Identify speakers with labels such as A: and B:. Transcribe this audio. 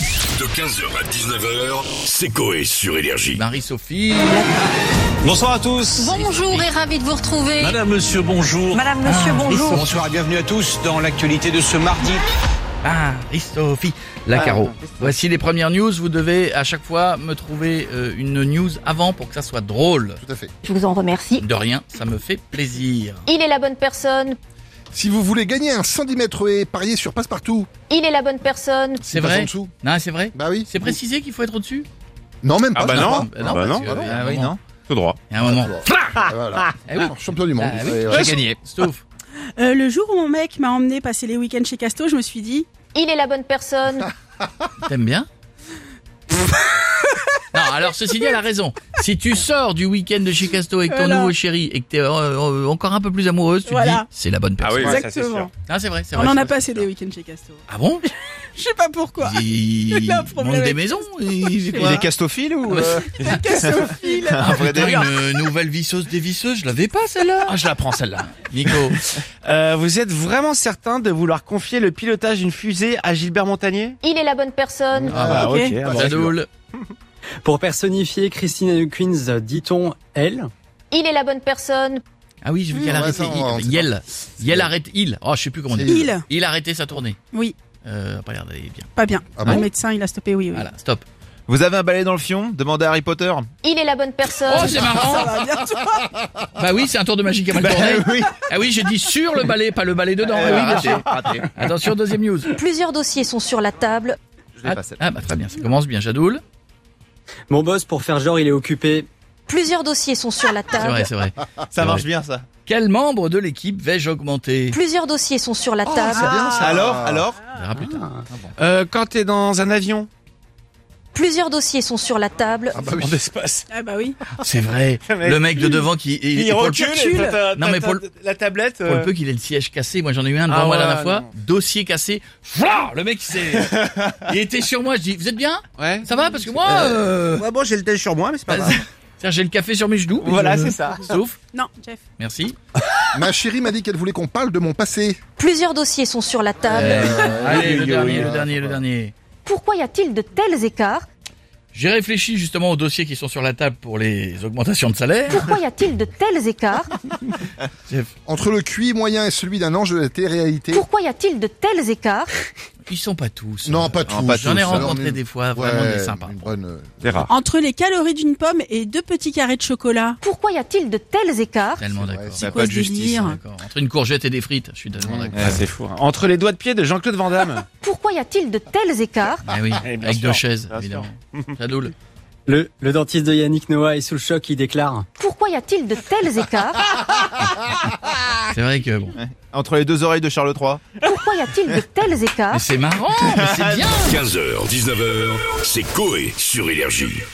A: De 15h à 19h, c'est Coé sur Énergie.
B: Marie-Sophie.
C: Bonsoir à tous.
D: Bonjour et ravi de vous retrouver.
C: Madame, monsieur, bonjour.
E: Madame, monsieur,
B: Ah,
E: bonjour.
C: Bonsoir et bienvenue à tous dans l'actualité de ce mardi.
B: Marie-Sophie Lacaro. Voici les premières news. Vous devez à chaque fois me trouver euh, une news avant pour que ça soit drôle.
D: Je vous en remercie.
B: De rien, ça me fait plaisir.
D: Il est la bonne personne.
F: Si vous voulez gagner un 110 mètres et parier sur Passepartout,
D: Il est la bonne personne.
B: C'est
F: passe en
B: vrai
F: dessous.
B: Non, c'est vrai
F: Bah oui.
B: C'est précisé qu'il faut être au-dessus
F: Non, même pas.
C: Ah bah
F: je crois
C: non.
F: pas.
B: Euh,
C: Ah bah
B: parce
C: non,
B: que,
C: bah
B: euh,
C: non.
B: il y a un
F: Ah oui,
B: moment-
F: non.
C: Tout droit.
B: Il y a un moment.
F: Ah, voilà.
B: Ah oui.
F: Champion du monde.
B: Ah oui,
F: Ouais, ouais.
B: J'ai gagné. Stouff.
G: Euh, le jour où mon mec m'a emmené passer les week-ends chez Casto, je me suis dit,
D: Il est la bonne personne.
B: T'aimes bien Non, alors ceci dit, elle a raison. Si tu sors du week-end de chez Casto avec ton
G: Voilà.
B: nouveau chéri et que t'es euh, euh, encore un peu plus amoureuse, tu te
G: Voilà.
B: dis c'est la bonne
C: Ah
B: personne.
C: oui, ouais, ça c'est sûr.
G: exactement.
B: Ah, c'est vrai, c'est
G: on
B: vrai,
G: en
B: c'est
G: a
B: vrai.
G: passé des week-ends chez Casto.
B: Ah bon
G: Je sais pas pourquoi.
B: Il,
G: Il a un
B: il
G: problème
B: manque des
G: avec
B: maisons. Il, c'est quoi
G: Il est
C: castophile ou
B: Ouais.
H: euh,
G: Castophile.
B: Ah, putain, une nouvelle visseuse des visseuses, je l'avais pas celle-là. Ah, je la prends celle-là. Nico,
C: Euh, Vous êtes vraiment certain de vouloir confier le pilotage d'une fusée à Gilbert Montagnier
D: Il est la bonne personne.
C: Ah
G: bah, ok.
C: ah bah.
B: Zadoul,
I: Pour personnifier Christine Hawkins, dit-on elle
D: Il est la bonne personne.
B: Ah oui, j'ai vu qu'elle
F: Ouais,
B: arrêtait.
F: ça, on- on sait
B: Il, Yel. Yel arrête. Il. Oh, je sais plus comment on dit.
G: Il.
B: Il a arrêté sa tournée.
G: Oui,
B: Euh, pas l'air d'aller bien.
G: pas bien.
F: Ah bon
G: le médecin, il a stoppé, oui. oui.
B: Voilà, stop.
H: Vous avez un balai dans le fion Demandez à Harry Potter.
D: Il est la bonne
G: Euh.
B: Oh,
D: personne.
B: c'est marrant.
G: Ah, Ça va bien, toi
B: Bah oui, c'est un tour de magie qui a mal tourné.
H: Eh
B: Ah oui, j'ai dit sur le balai, pas le balai dedans. Ah oui, raté. Attention, deuxième news.
D: Plusieurs dossiers sont sur la table.
H: Je
B: Ah, ah, bah très bien, ça commence bien. Jadoul.
I: Mon boss, pour faire genre, il est occupé.
D: Plusieurs dossiers sont sur la
B: C'est vrai,
D: table.
B: c'est vrai.
H: Ça marche bien ça.
B: Quel membre de l'équipe vais-je augmenter
D: Plusieurs dossiers sont sur la
B: Oh,
F: Ah,
D: table.
F: c'est bien ça.
H: Alors, alors
B: On verra plus tard.
C: Euh, Quand t'es dans un avion.
D: Plusieurs dossiers sont sur la table.
F: Ah bah oui.
C: d'espace.
G: Ah bah oui.
B: C'est vrai. Le mec de devant qui.
C: Il,
B: et pour le-
C: recule.
G: recule.
C: et t'as- t'as-
B: Non, mais
C: t'as-
B: pour le-
C: la tablette.
B: Pour
C: euh,
B: le peu qu'il ait le siège cassé, moi j'en ai eu un devant
C: Ah
B: moi la
C: ouais,
B: dernière fois,
C: non.
B: dossier cassé, voilà, le mec il s'est- il était sur moi, je dis, vous êtes bien
C: Ouais.
B: Ça va Parce que moi, euh, Bah,
C: Ouais, bon, j'ai le tel sur moi, mais c'est pas grave.
B: c'est-à-dire, j'ai le café sur mes genoux. mais
C: Voilà,
B: je-
C: c'est ça.
B: Sauf,
G: Non, Jeff.
B: merci.
F: Ma chérie m'a dit qu'elle voulait qu'on parle de mon passé.
D: Plusieurs dossiers sont sur la table.
B: Euh, allez, le
F: oui,
B: dernier,
F: oui,
B: le
F: oui.
B: dernier, le dernier.
D: Pourquoi y a-t-il de tels écarts
B: J'ai réfléchi justement aux dossiers qui sont sur la table pour les augmentations de salaire.
D: Pourquoi y a-t-il de tels écarts
F: Entre le QI moyen et celui d'un ange de la télé-réalité.
D: Pourquoi y a-t-il de tels écarts
B: Ils sont pas tous.
F: Non,
B: euh,
F: pas tous.
H: pas
B: J'en ai
F: tous, alors,
B: rencontré
F: mais-
B: des fois,
F: Ouais,
B: Ah, vraiment des sympas.
F: une bonne, euh,
C: C'est rare.
G: Entre les calories d'une pomme et deux petits carrés de chocolat.
D: Pourquoi y a-t-il de tels écarts
B: Tellement
F: C'est vrai,
B: d'accord.
F: c'est
G: quoi
H: pas
G: ce
H: de justice,
G: délire
B: D'accord. Entre une courgette et des frites, je suis tellement d'accord.
C: Ah, c'est fou. hein. Entre les doigts de pied de Jean-Claude Van Damme.
D: Pourquoi y a-t-il de tels écarts
B: Ah oui,
C: Eh bien
B: avec
C: sûr,
B: deux chaises,
C: bien sûr.
B: évidemment. Jadoul.
I: Le, le dentiste de Yannick Noah est sous le choc, il déclare.
D: Pourquoi y a-t-il de tels écarts
B: C'est vrai que bon.
C: Ah,
H: Entre les deux oreilles de Charles III.
D: Pourquoi y a-t-il de tels écarts
B: Mais c'est marrant, mais c'est bien.
A: 15h, 19h, c'est Coé sur Énergie.